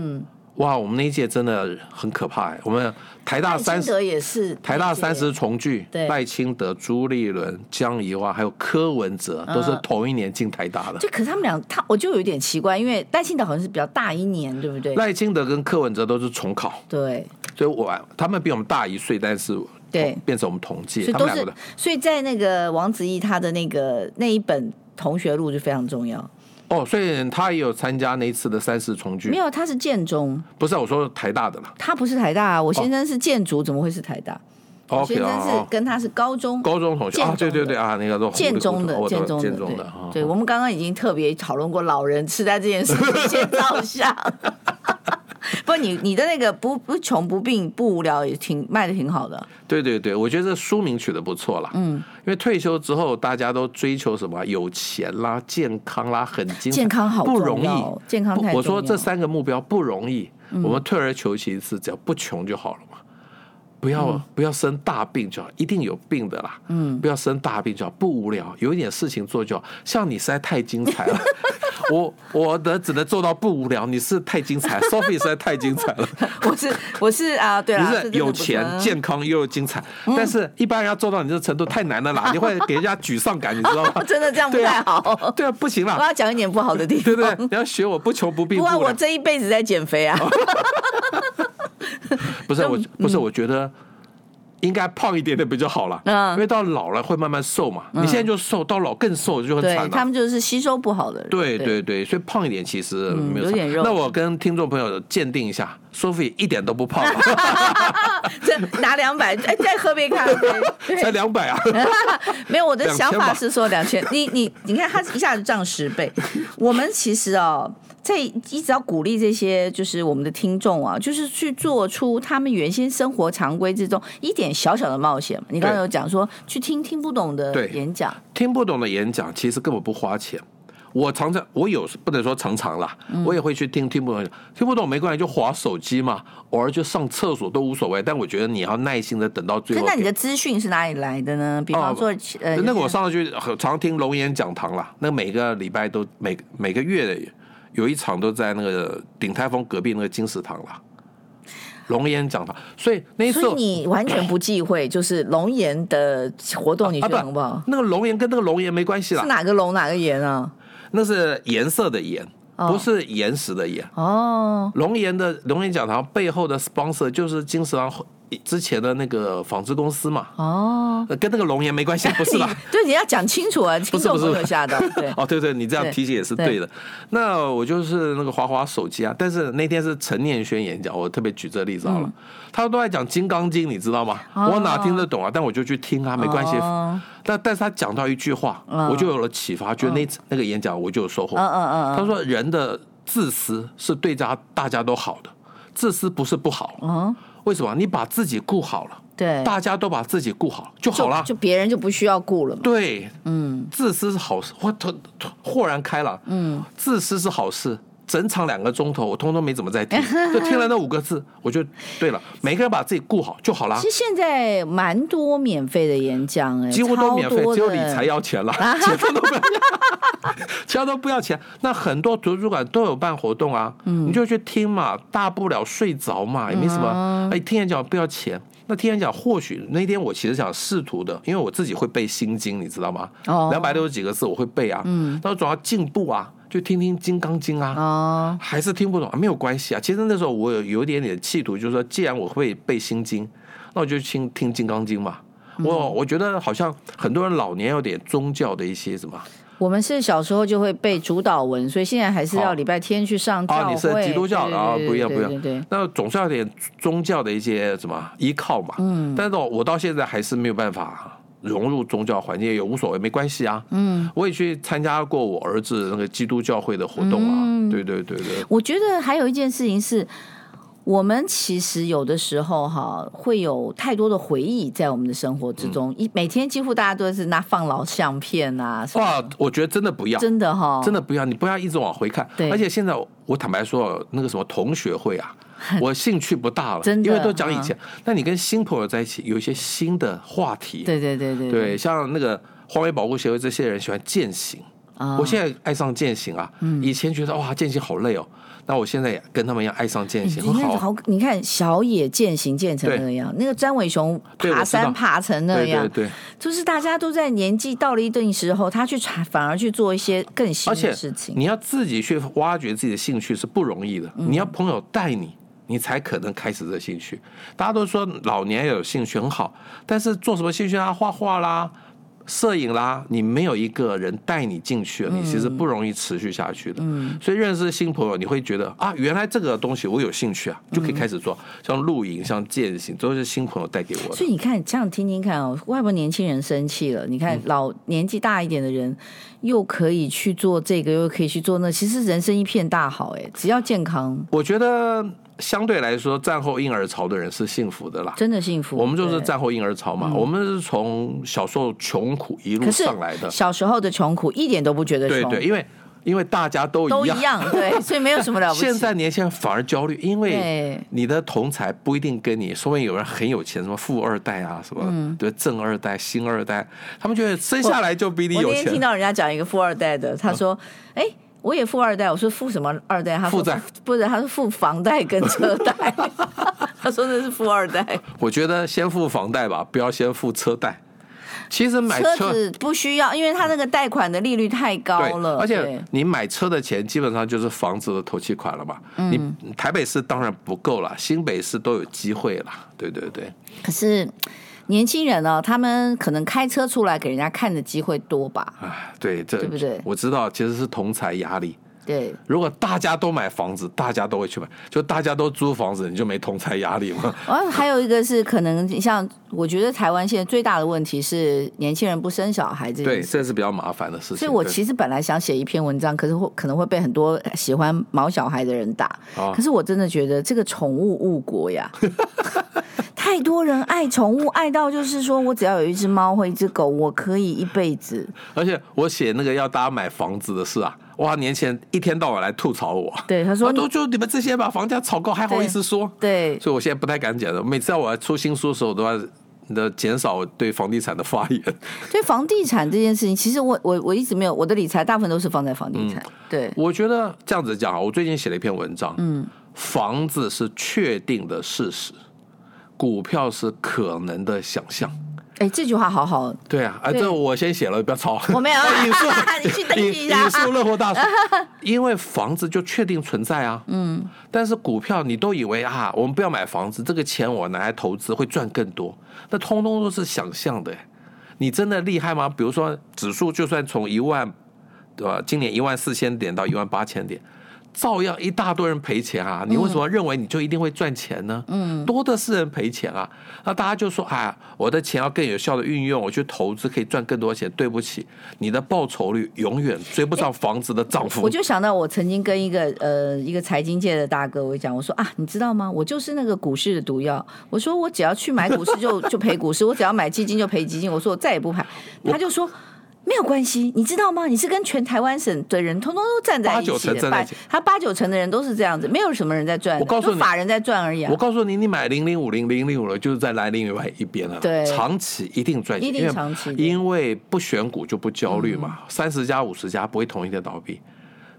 哇，我们那一届真的很可怕哎，我们台
赖
大三
哎清
十。
德也是
台大
那届
三十重聚，
对
赖清德、朱立伦、江宜桦还有柯文哲都是同一年进台大的。
嗯就可是他们俩，他我就有点奇怪，因为赖清德好像是比较大一年，对不对？
赖清德跟柯文哲都是重考，
对
所以我他们比我们大一岁，但是
对，
变成我们同
所
届，
以
他们
都
两
是
个的，
所以在那个王子异他的那个那一本同学录就非常重要。
哦，所以他也有参加那一次的三十重
没
聚，
有，他是建中，
不是啊我说台大的了
他不是台大啊，我先生是建筑，怎么会是台大？我
哦，OK
先生是
哦，哦
跟他是高中。
高中同学啊，对
建中的
对对啊，那个都
建中的
哦，我
建
懂
中
了
的，
建中
对
的，哦
对，我们刚刚已经特别讨论过老人痴呆这件事情，先照相。 不，你你的那个不不穷不病不无聊也挺卖的挺好的，
对对对，我觉得这书名取得不错啦。嗯，因为退休之后大家都追求什么有钱啦、健康啦，很精彩
健康好
不容
重要
易，
健康
不
太
我
重
说
要嗯
这三个目标不容易，我们退而求其次，只要不穷就好了嘛。不要、
嗯
不要生大病就好，一定有病的啦。嗯，不要生大病就好，不无聊，有一点事情做就好。像你实在太精彩了， 我我的只能做到不无聊，你是太精彩 ，Sophie 实在太精彩了。
我是我是啊，对
你
了，？
是有钱、健康又精彩，但是一般人要做到你这个程度太难了啦，你会给人家沮丧感，你知道吗
真 的这样不
对啊
太好
对啊，不行
我
啦，
要讲一点不好的地方。
对不对？你要学我不穷不避
不
不
然
啦
我这一辈子在减肥
哦
啊，
不是
嗯
我，不是我觉得应该胖一点点比较好啦，
嗯
因为到老了会慢慢瘦嘛，你现在就瘦，到老更瘦就很
对
惨
他
了。
们就是吸收不好的人。
对对对，所以胖一点其实没
嗯有
有
点
差
肉
那我跟听众朋友鉴定一下，Sophie 一点都不胖，啊
这拿两百，哎，再喝杯咖啡。
才两百啊。
没有，我的
2000
想法
吧
是说两千，你你你看，他一下子涨十倍。我们其实哦，在一直要鼓励这些就是我们的听众啊，就是去做出他们原先生活常规之中一点小小的冒险嘛。你刚刚
对
有讲说去听听不懂的
对
演讲，
听不懂的演讲其实根本不花钱。我常常，我有时不能说常常啦，
嗯
我也会去听听不懂，听不懂没关系，就划手机嘛，偶尔就上厕所都无所谓。但我觉得你要耐心的等到最
可
后
那你
给。哦
的资讯是哪里来的呢？比方说，呃，
那个我上次去很常听龙岩讲堂啦，那每个礼拜都每每个月有一场都在那个鼎泰丰隔壁那个金石堂啦，龙岩讲堂。所以那一次
所以你完全不忌 讳，就是龙岩的活动，你
啊
觉得好不好？
那个龙岩跟那个龙岩没关系啦
是，哪个龙哪个岩啊？
那是颜色的颜，不是岩石的岩。
哦，
龙岩的龙岩讲堂背后的 sponsor 就是金石堂之前的那个纺织公司嘛，
哦，
呃跟那个龙岩 没关系，不是啦
你。对，你要讲清楚啊，听
不是
众
不
朋
是
友吓到，对
。哦，对对，你这样提醒也是
对
对的。那我就是那个滑滑手机啊，但是那天是陈念轩演讲，我特别举这例子好了。
嗯
他都在讲《金刚经》，你知道吗？我哪听得懂啊？但我就去听啊，没关系。
哦
但但是他讲到一句话，我就有了启发，觉得那、那个演讲我就有收获。
嗯嗯嗯
他说人的自私是对家大家都好的，自私不是不好。
嗯，
为什么？你把自己顾好了，
对，
大家都把自己顾好就好了。
就别人就不需要顾了嘛。
对，嗯，自私是好事，我突突豁然开朗，嗯，自私是好事。整场两个钟头，我通通没怎么 在听，就听了那五个字，我就对了。每个人把自己顾好就好啦
其，实现在蛮多免费的演讲，哎，
几乎都免费
超，多
只有
的
理财要钱 了，其他都不要， 其他都不要钱。那很多图书馆都有办活动啊，
嗯
你就去听嘛，大不了睡着嘛，也没什
啊
么。哎，听演讲不要钱。那听演讲，或许那天我其实想试图的，因为我自己会背《心经》，你知道吗？
哦
两百六十几个字我会背啊，嗯，那我总要进步啊，就听听《金刚经》啊，
哦，
还是听不懂啊，没有关系啊。其实那时候我有有一点点企图，就是说，既然我会背《心经》，那我就听听《金刚经》嘛。
嗯
我我觉得好像很多人老年有点宗教的一些什么
我们是小时候就会背主导文，所以现在还是要
哦
礼拜天去上教
啊，
会。
你是基督教
对
的啊，
对对嗯
不一样
对
不一
对
样。
对，
那总是要有点宗教的一些什么依靠嘛。嗯，但是我到现在还是没有办法融入宗教环境，也无所谓，没关系啊。嗯，我也去参加过我儿子那个基督教会的活动啊。
嗯
对对对对，
我觉得还有一件事情是，我们其实有的时候哈，会有太多的回忆在我们的生活之
嗯
中，一、每天几乎大家都是拿放老相片啊，什么
哇，我觉得真的不要，
真的哈，
真
的
的不要，你不要一直往回看。
哦对
而且现在我我坦白说，那个什么同学会 啊，我兴趣不大了，
真的嗯
因为都讲以前。那、你跟新朋友在一起，有一些新的话题，
对对对对
对像那个荒野保护协会这些人喜欢践行，
啊
我现在爱上践行啊，
嗯
以前觉得哇践行好累哦，那我现在也跟他们一样爱上践行，
你
很
看
好啊。
好，你看小野健行健成
对
那样，那个詹伟雄
对我
爬
知道
山爬成那
对
样，
对对，
就是大家都在年纪到了一定时候，他去查反而去做一些更新
而
的
且
事情。
你要自己去挖掘自己的兴趣是不容易的，
嗯
你要朋友带你，你才可能开始这兴趣。大家都说老年要有兴趣很好，但是做什么兴趣啊？画画啦。摄影啦，你没有一个人带你进去，
嗯
你其实不容易持续下去的。所以认识新朋友，你会觉得啊，原来这个东西我有兴趣啊，
嗯
就可以开始做，像露营、像健行，都是新朋友带给我的
所。以你看，这样听听看哦，外国年轻人生气了，你
嗯
看老年纪大一点的人，又可以去做这个，又可以去做那，其实人生一片大好哎，只要健康，
我觉得相对来说，战后婴儿潮的人是幸福的啦。
真的幸福。
我们就是
嗯对。嗯
战后婴儿潮嘛，我们是从小受穷苦一路
可是
上来的。
小时候的穷苦一点都不觉得
对
穷，
对，因为因为大家都
都
一
一样，对，所以没有什么了不起。
现在年轻人反而焦虑，因为
对
你的同才不一定跟你，说不定有人很有钱，什么富二代啊，什么、对正二代、星二代，他们觉得生下来就比
嗯
你
我
有
那天
钱
听。到人家讲一个富二代的，他说：“哎、我也富二代。”我说：“富什么二代？”他说
负债
不是，他说富房贷跟车贷。 他说那是富二代，
我觉得先付房贷吧，不要先付车贷。其实买
车子不需要，因为他那个贷款的利率太高
对，
了。
而且
对
你买车的钱基本上就是房子的头期款了嘛。
嗯
你台北市当然不够了，新北市都有机会啦。对对对，
可是年轻人哦，他们可能开车出来给人家看的机会多吧？
啊，对这
对不对
我知道，其实是同财压力。
对，
如果大家都买房子，大家都会去买，就大家都租房子，你就没同财压力 嘛。
哦，还有一个是可能像我觉得台湾现在最大的问题是年轻人不生小孩这件
对，
事
这是比较麻烦的事情。
所以我
对
其实本来想写一篇文章，可是会可能会被很多喜欢毛小孩的人打。
哦
可是我真的觉得这个宠物误国 呀，太多人爱宠物，爱到就是说我只要有一只猫或一只狗，我可以一辈子。
而且我写那个要大家买房子的事啊，哇，年前一天到晚来吐槽我。
对，他
说
说
都就你们这些把房价炒高，还好意思说？
对
所以我现在不太敢讲了。每次要我出新书的时候，我都要的减少我对房地产的发言。
所以房地产这件事情，其实我我我一直没有我的理财大部分都是放在房地产。对，
我觉得这样子讲啊，我最近写了一篇文章，嗯，房子是确定的事实，股票是可能的想象。
哎，这句话好好，
对啊，啊，
对
这我先写了，不要吵。
我没有啊
引述，
你去登记一
引
下
引述乐活大 叔，因为房子就确定存在啊。嗯。但是股票你都以为啊，我们不要买房子，这个钱我拿来投资会赚更多，那通通都是想象的。你真的厉害吗？比如说指数就算从一万，对吧？今年一万四千点到一万八千点。照样一大堆人赔钱啊！你为什么认为你就一定会赚钱呢？嗯，多的是人赔钱啊。那大家就说：“哎呀，我的钱要更有效的运用，我去投资可以赚更多钱。”对不起，你的报酬率永远追不上房子的涨幅。
我就想到我曾经跟一个呃一个财经界的大哥我讲，我说啊，你知道吗？我就是那个股市的毒药。我说我只要去买股市 就就赔股市，我只要买基金就赔基金。我说我再也不买。他就说。没有关系，你知道吗？你是跟全台湾省的人通通都站在一起的，
八九成站在一起
八他八九成的人都是这样子，没有什么人在赚的，
我告诉你
就法人在赚而已、啊
我。告诉你，你买零零五零零零五了，就是在来另外一边了。
对
长期一定赚钱，
一定
因为
长期的嗯
因为不选股就不焦虑嘛。三十家五十家不会同一天倒闭，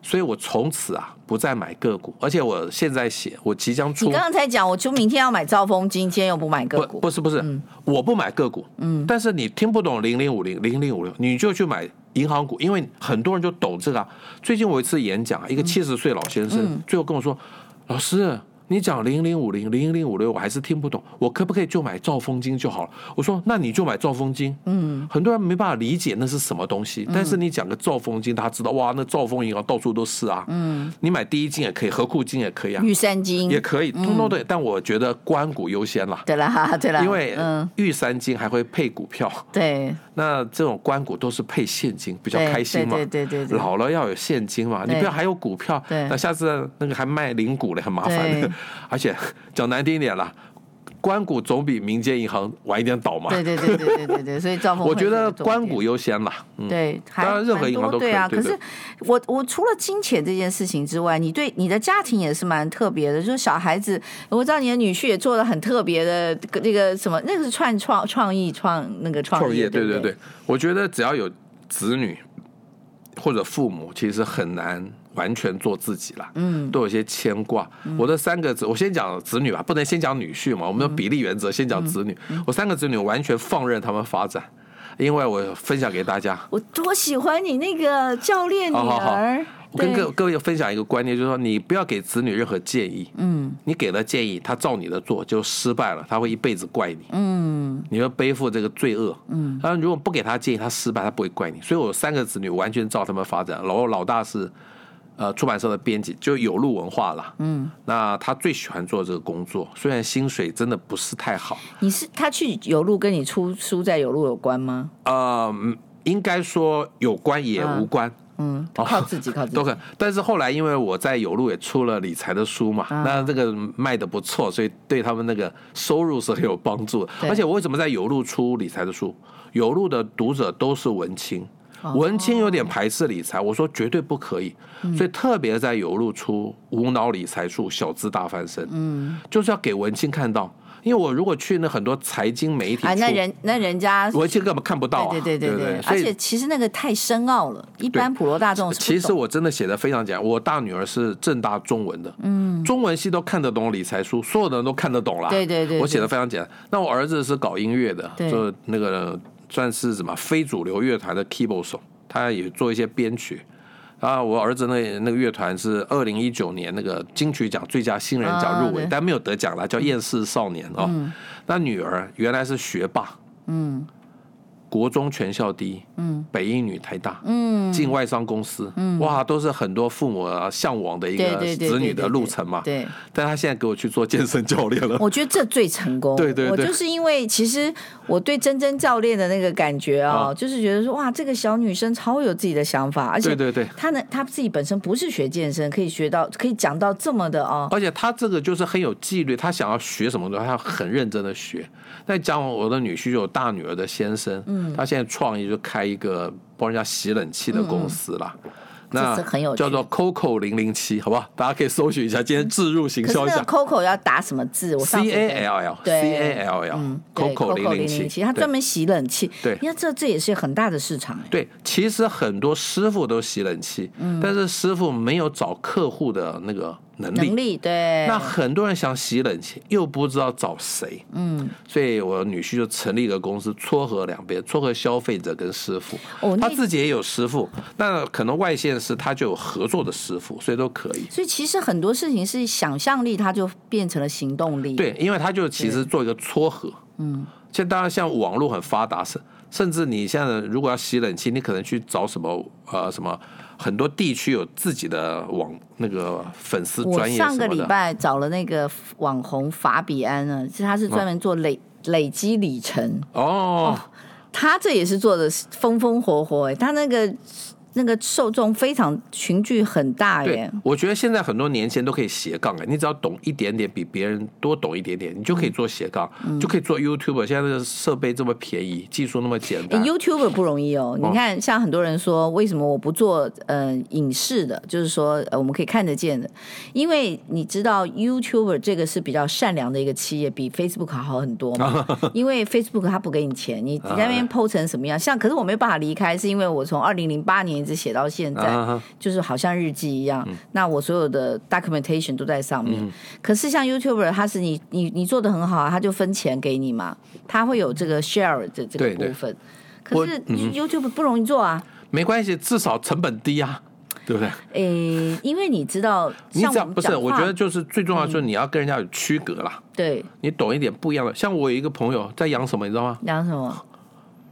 所以我从此啊不再买个股，而且我现在写，我即将出
你刚刚才讲，我就明天要买兆丰金，今天又不买个
不
股，
不是不是，我不买个股，嗯，但是你听不懂零零五零零零五六，你就去买银行股，因为很多人就懂这个、啊。最近我有一次演讲，一个七十岁老先生、最后跟我说：“老师，你讲零零五零零零五六，我还是听不懂，我可不可以就买兆丰金就好了？”我说：“那你就买兆丰金。”嗯，很多人没办法理解那是什么东西，但是你讲个兆丰金，大家知道哇，那兆丰银行到处都是啊，嗯，你买第一金也可以，和库金也可以啊。
玉山金
也可以，通通对，但我觉得关谷优先啦。
对啦，对啦，
因为
嗯，
玉山金还会配股票，
对，
那这种关股都是配现金，比较
对
开心嘛。
对对对对对
老了要有现金嘛，你
对
不要还有股票，
对
那下次那个还卖零股嘞，很麻烦
对。
而且讲难听一点啦，关股总比民间银行晚一点倒嘛。
对对对对对对对，所以兆丰会
我觉
是
得
个重
关
点
股优先啦。嗯，
对，还
当然任何
蛮
银行
多
都可以
对啊。
对
可
对
是我我除了金钱这件事情之外，你对你的家庭也是蛮特别的，就是小孩子，我知道你的女婿也做了很特别的那个什么，那个是创创创意创那个创
创业，
对
对
不
对对，我觉得只要有子女或者父母，其实很难完全做自己啦，嗯，都有一些牵挂。我的三个子，我先讲子女吧，不能先讲女婿嘛，我们的比例原则先讲子女。我三个子女完全放任他们发展，因为我分享给大家，
我多喜欢你那个教练女
好好好
儿，
我跟
对
各各位分享一个观念，就是说你不要给子女任何建议。嗯，你给了建议，他照你的做就失败了，他会一辈子怪你。嗯，你会背负这个罪恶。嗯，但如果不给他建议，他失败，他不会怪你。所以我有三个子女完全照他们发展，然后老大是。呃，出版社的编辑就有路文化啦。嗯，那他最喜欢做这个工作，虽然薪水真的不是太好，
你是他去有路跟你出书在有路有关吗？
呃，应该说有关也无关，
嗯，
哦
靠自己靠自己
都。可。但是后来因为我在有路也出了理财的书嘛，
啊
那这个卖的不错，所以对他们那个收入是很有帮助的。
对
而且我为什么在有路出理财的书？有路的读者都是文青。
哦
文青有点排斥理财，我说绝对不可以。
嗯
所以特别在有露出无脑理财术，小资大翻身，嗯，就是要给文青看到。因为我如果去那很多财经媒体
啊，那
处
人那人家
文青根本看不到、啊，
对对
对
对
不
对，
所
而
以
且其实那个太深奥了，一般普罗大众是不
其实
懂
我真的写的非常简单，我大女儿是正大中文的，嗯，中文系都看得懂理财书，所有的人都看得懂啦。
对对对对
我写的非常简单。那我儿子是搞音乐的，
对
就那个算是什么非主流乐团的 keyboard 手，他也做一些编曲。啊，我儿子那那个乐团是二零一九年那个金曲奖最佳新人奖入围，
啊对嗯
但没有得奖啦，叫《厌世少年》哦。那女儿原来是学霸，国中全校第一，嗯，北一女、台大，嗯，进外商公司，嗯，哇，都是很多父母啊向往的一
对
个
对对
子
对
女的
对
路
对
程嘛。
对，
但他现在给我去做健身教练了，
我觉得这最成功。
对对
我
对
就是因为其实我对珍珍教练的那个感觉哦，
啊
就是觉得说哇，这个小女生超有自己的想法，而且
对对对
她呢，她自己本身不是学健身，可以学到可以讲到这么的哦，
而且他这个就是很有纪律，他想要学什么东西，他要很认真的学。那讲我的女婿就有大女儿的先生，嗯，他现在创业就开一个帮人家洗冷气的公司啦。那
嗯这是很有趣
叫做 Coco 零零七，好不好？大家可以搜寻一下，今天置入行
可是
销一
那
下
个 Coco 要打什么字？我
C
上次
A L L C
对
A L L
嗯对
Coco 零零
零
七，
它
对
专门洗冷气。
对
你看这这也是很大的市场哎。
对，其实很多师傅都吸冷气，
嗯
但是师傅没有找客户的那个能力。
能力对，
那很多人想洗冷气，又不知道找谁，嗯，所以我女婿就成立一个公司，撮合两边，撮合消费者跟师傅。
哦那
他自己也有师傅，那可能外县市他就有合作的师傅，所以都可以。
所以其实很多事情是想象力，它就变成了行动力。
对，因为它就其实做一个撮合。嗯，现在当然像网络很发达，甚甚至你现在如果要洗冷气，你可能去找什么呃什么，很多地区有自己的网那个粉丝
我
专业
上
什
个
么
礼
的。
拜找了那个网红法比安呢，是他是专
嗯
门做累、累积里程，
哦，
他这也是做的风风火火、欸，他那个那个受众非常群聚很大欸
对
耶、，
我觉得现在很多年轻人都可以斜杠哎，你只要懂一点点，比别人多懂一点点，你就可
嗯
以做斜杠，就可以做 YouTube。现在的设备这么便宜，技术那么
哎
简单，
YouTuber 不容易哦，你看，像很多人说，为什么我不做呃影视的，就是说呃我们可以看得见的，因为你知道 YouTuber 这个是比较善良的一个企业，比 Facebook 好很多嘛。因为 Facebook 它不给你钱，你在那边 PO 成什么样，像可是我没有办法离开，是因为我从二零零八年一直写到现在
啊，
就是好像日记一样。
嗯
那我所有的 documentation 都在上面。可是像 YouTuber，它是你你你做的很好啊，他就分钱给你嘛，他会有这个 share 的这个
对对
部分。可是
我嗯
YouTube 不容易做啊，
没关系，至少成本低啊，对不对？
诶、因为你知道，
你
像
只
我
要
们
不是，
讲
我
话嗯
觉得就是最重要的就是你要跟人家有区隔啦。
对，
你懂一点不一样的。像我有一个朋友在养什么，你知道吗？
讲什么？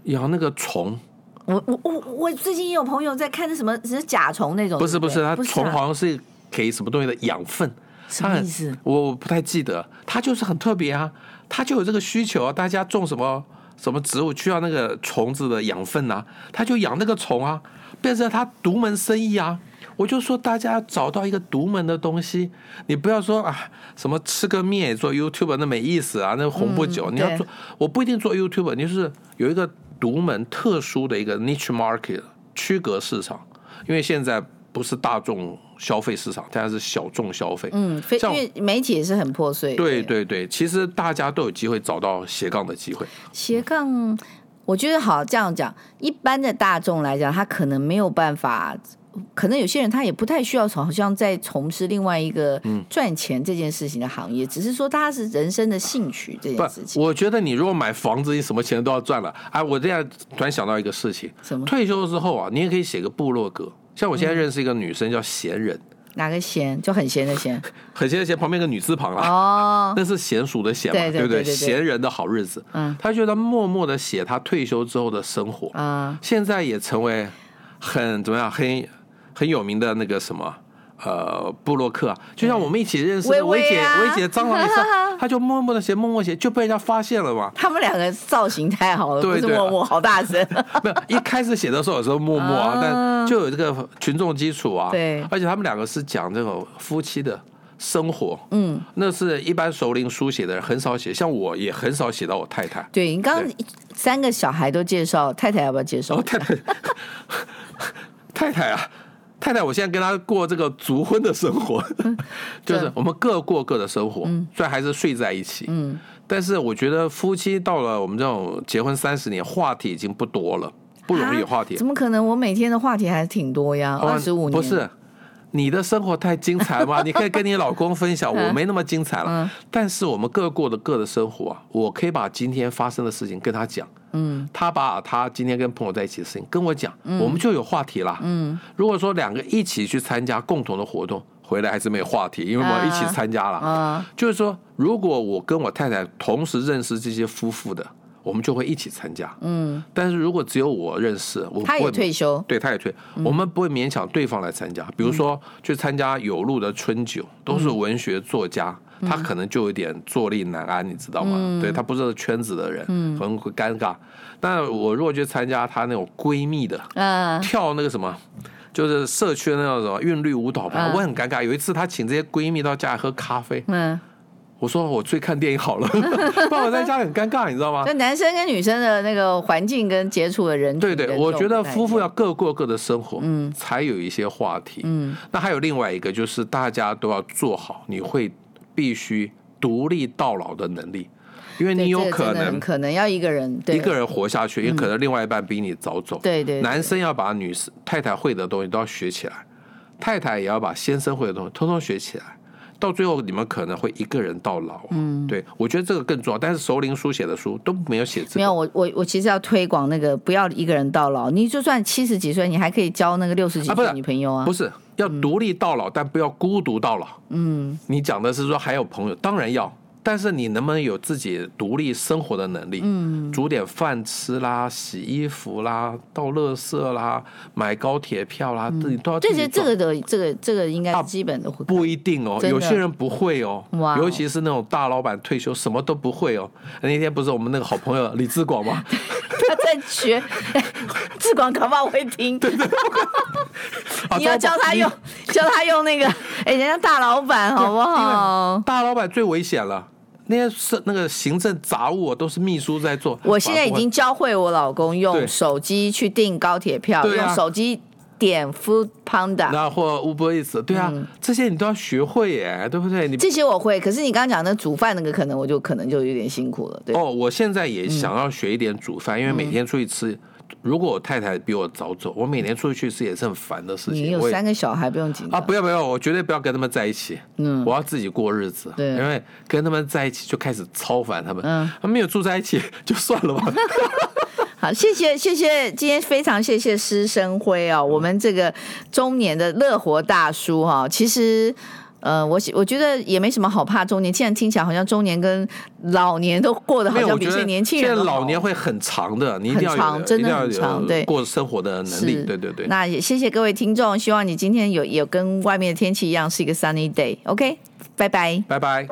养那个虫，
我我我我最近也有朋友在看那什么，只是甲虫那种，
不是
对
不
对
是，它
不是
虫
啊
好像是给什么东西的养分。
什么意思？
我我不太记得，它就是很特别啊，它就有这个需求啊，大家种什么什么植物需要那个虫子的养分啊，它就养那个虫啊，变成它独门生意啊。我就说大家要找到一个独门的东西，你不要说啊什么吃个面做 YouTube 那没意思啊，那红不久。你要
嗯对
做，我不一定做 YouTube，你就是有一个独门特殊的一个 niche market 区隔市场，因为现在不是大众消费市场，现在是小众消费。
嗯，非因
像
为媒体也是很破碎，
对对对，其实大家都有机会找到斜杠的机会。
斜杠，我觉得好这样讲，一般的大众来讲，他可能没有办法，可能有些人他也不太需要从，好像在从事另外一个
嗯
赚钱这件事情的行业，只是说他是人生的兴趣这件事
不，
情。
我觉得你如果买房子，你什么钱都要赚了。哎，我这样突然想到一个事情
什么，
退休之后啊，你也可以写个部落格。像我现在认识一个女生叫闲人，
哪个闲就很闲的闲
很闲的闲旁边一个女字旁啦。
哦，
那是娴熟的娴嘛，
对对
不
对对对
闲人的好日子，
嗯
他觉得默默的写他退休之后的生活，
啊、
现在也成为很怎么样，很很有名的那个什么。呃，布洛克啊，就像我们一起认识
薇
的薇
薇
姐，
啊。
薇姐蟑螂也是，她就默默的写，默默写，就被人家发现了嘛
他们两个造型太好了，
对
不
对
是
啊
默默好大 声，
没有，一开始写的时候有时候默默
啊，
啊但就有这个群众基础啊。
对
而且他们两个是讲这种夫妻的生活，嗯，那是一般熟龄书写的人很少写，像我也很少写到我太太。
对你刚刚
对
三个小孩都介绍，太太要不要介绍？
哦，太太，太太啊，太太，我现在跟她过这个族婚的生活，就是我们各过各的生活，虽然还是睡在一起，嗯，但是我觉得夫妻到了我们这种结婚三十年，话题已经不多了，不容易有话题
啊怎。么可能？我每天的话题还挺多呀，
好吧
二十五年
哦不是。你的生活太精彩 了嘛？你可以跟你老公分享，我没那么精彩了。
嗯
但是我们各过的各的生活啊，我可以把今天发生的事情跟他讲，嗯，他把他今天跟朋友在一起的事情跟我讲，
嗯
我们就有话题啦，嗯。如果说两个一起去参加共同的活动，回来还是没有话题，因为我们一起参加了，
啊，
就是说，如果我跟我太太同时认识这些夫妇的，我们就会一起参加。嗯，但是如果只有我认识，我
他
不
也
会
退休
对，他也退，
嗯
我们不会勉强对方来参加。比如说，去参加有路的春酒，都
嗯
是文学作家。他可能就有点坐立难安，你知道吗？
嗯
对他不是圈子的人，可能会尴尬。但我如果去参加他那种闺蜜的，
嗯、
跳那个什么，就是社区的那种什么韵律舞蹈吧，
嗯
我很尴尬。有一次，她请这些闺蜜到家里喝咖啡，
嗯，
我说我出去看电影好了， 不然我在家里很尴尬，你知道吗
就？男生跟女生的那个环境跟接触的人，
对对，我觉得夫妇要各过各的生活，嗯，才有一些话题，嗯。那还有另外一个就是大家都要做好，你会必须独立到老的能力，因为
对
你有
这个
可
真的很
能
可能要一个人，对嗯
一个人活下去，也可能另外一半比你早走。
对对对
男生要把女生太太会的东西都要学起来，太太也要把先生会的东西通通学起来。到最后，你们可能会一个人到老、嗯，对，我觉得这个更重要。但是熟龄书写的书都没有写这个，
没有，我我我其实要推广那个不要一个人到老，你就算七十几岁，你还可以交那个六十几
啊不
岁
是
的女朋友啊。
不是要独立到老，但不要孤独到老。嗯，你讲的是说还有朋友，当然要，但是你能不能有自己独立生活的能力？嗯，煮点饭吃啦，洗衣服啦，倒垃圾啦，买高铁票啦，自己都要自
这
己
些嗯这
做
个的这个这个应该
啊
是基本的会。
不一定哦，
真的
有些人不会哦
哇哦，
尤其是那种大老板退休什么都不会哦。那天不是我们那个好朋友李志 广吗？
他在 学，志广搞不好会听。
啊
你要教他用，教他用那个，哎，人家大老板好不好？
大老板最危险了。那些是那个行政杂务、哦、都是秘书在做，
我现在已
反而不会
经教会我老公用
对
手机去订高铁票，
对啊
用手机点 Food Panda。
那或 Uber Eats，对啊，这些你都要学会耶，对不对？你
嗯这些我会，可是你刚刚讲的煮饭那个，可能我就可能就有点辛苦了，对。
哦，我现在也想要学一点煮
嗯
饭，因为每天出去吃，如果我太太比我早走，我每天出去吃也是很烦的事情。
你有
我也
三个小孩，不用紧
啊，
张。
不要不要，我绝对不要跟他们在一起。
嗯
我要自己过日子。
对
因为跟他们在一起就开始超烦他们。啊
嗯，
没有住在一起就算 了吧。
好，谢谢谢谢，今天非常谢谢师生辉
嗯
哦，我们这个中年的乐活大叔哈、其实。呃，我喜我觉得也没什么好怕中年，既然听起来好像中年跟老年都过得好
没有，
像
我
比
觉
现
得
在年轻
现
人
在
都好
老年会很长的，你一定要
很长
有，
真
一
的
定要
很长
有
对
过生活的能
是
力。对对对。
那也谢谢各位听众，希望你今天有有跟外面的天气一样是一个 sunny day，OK，、拜拜。
拜拜。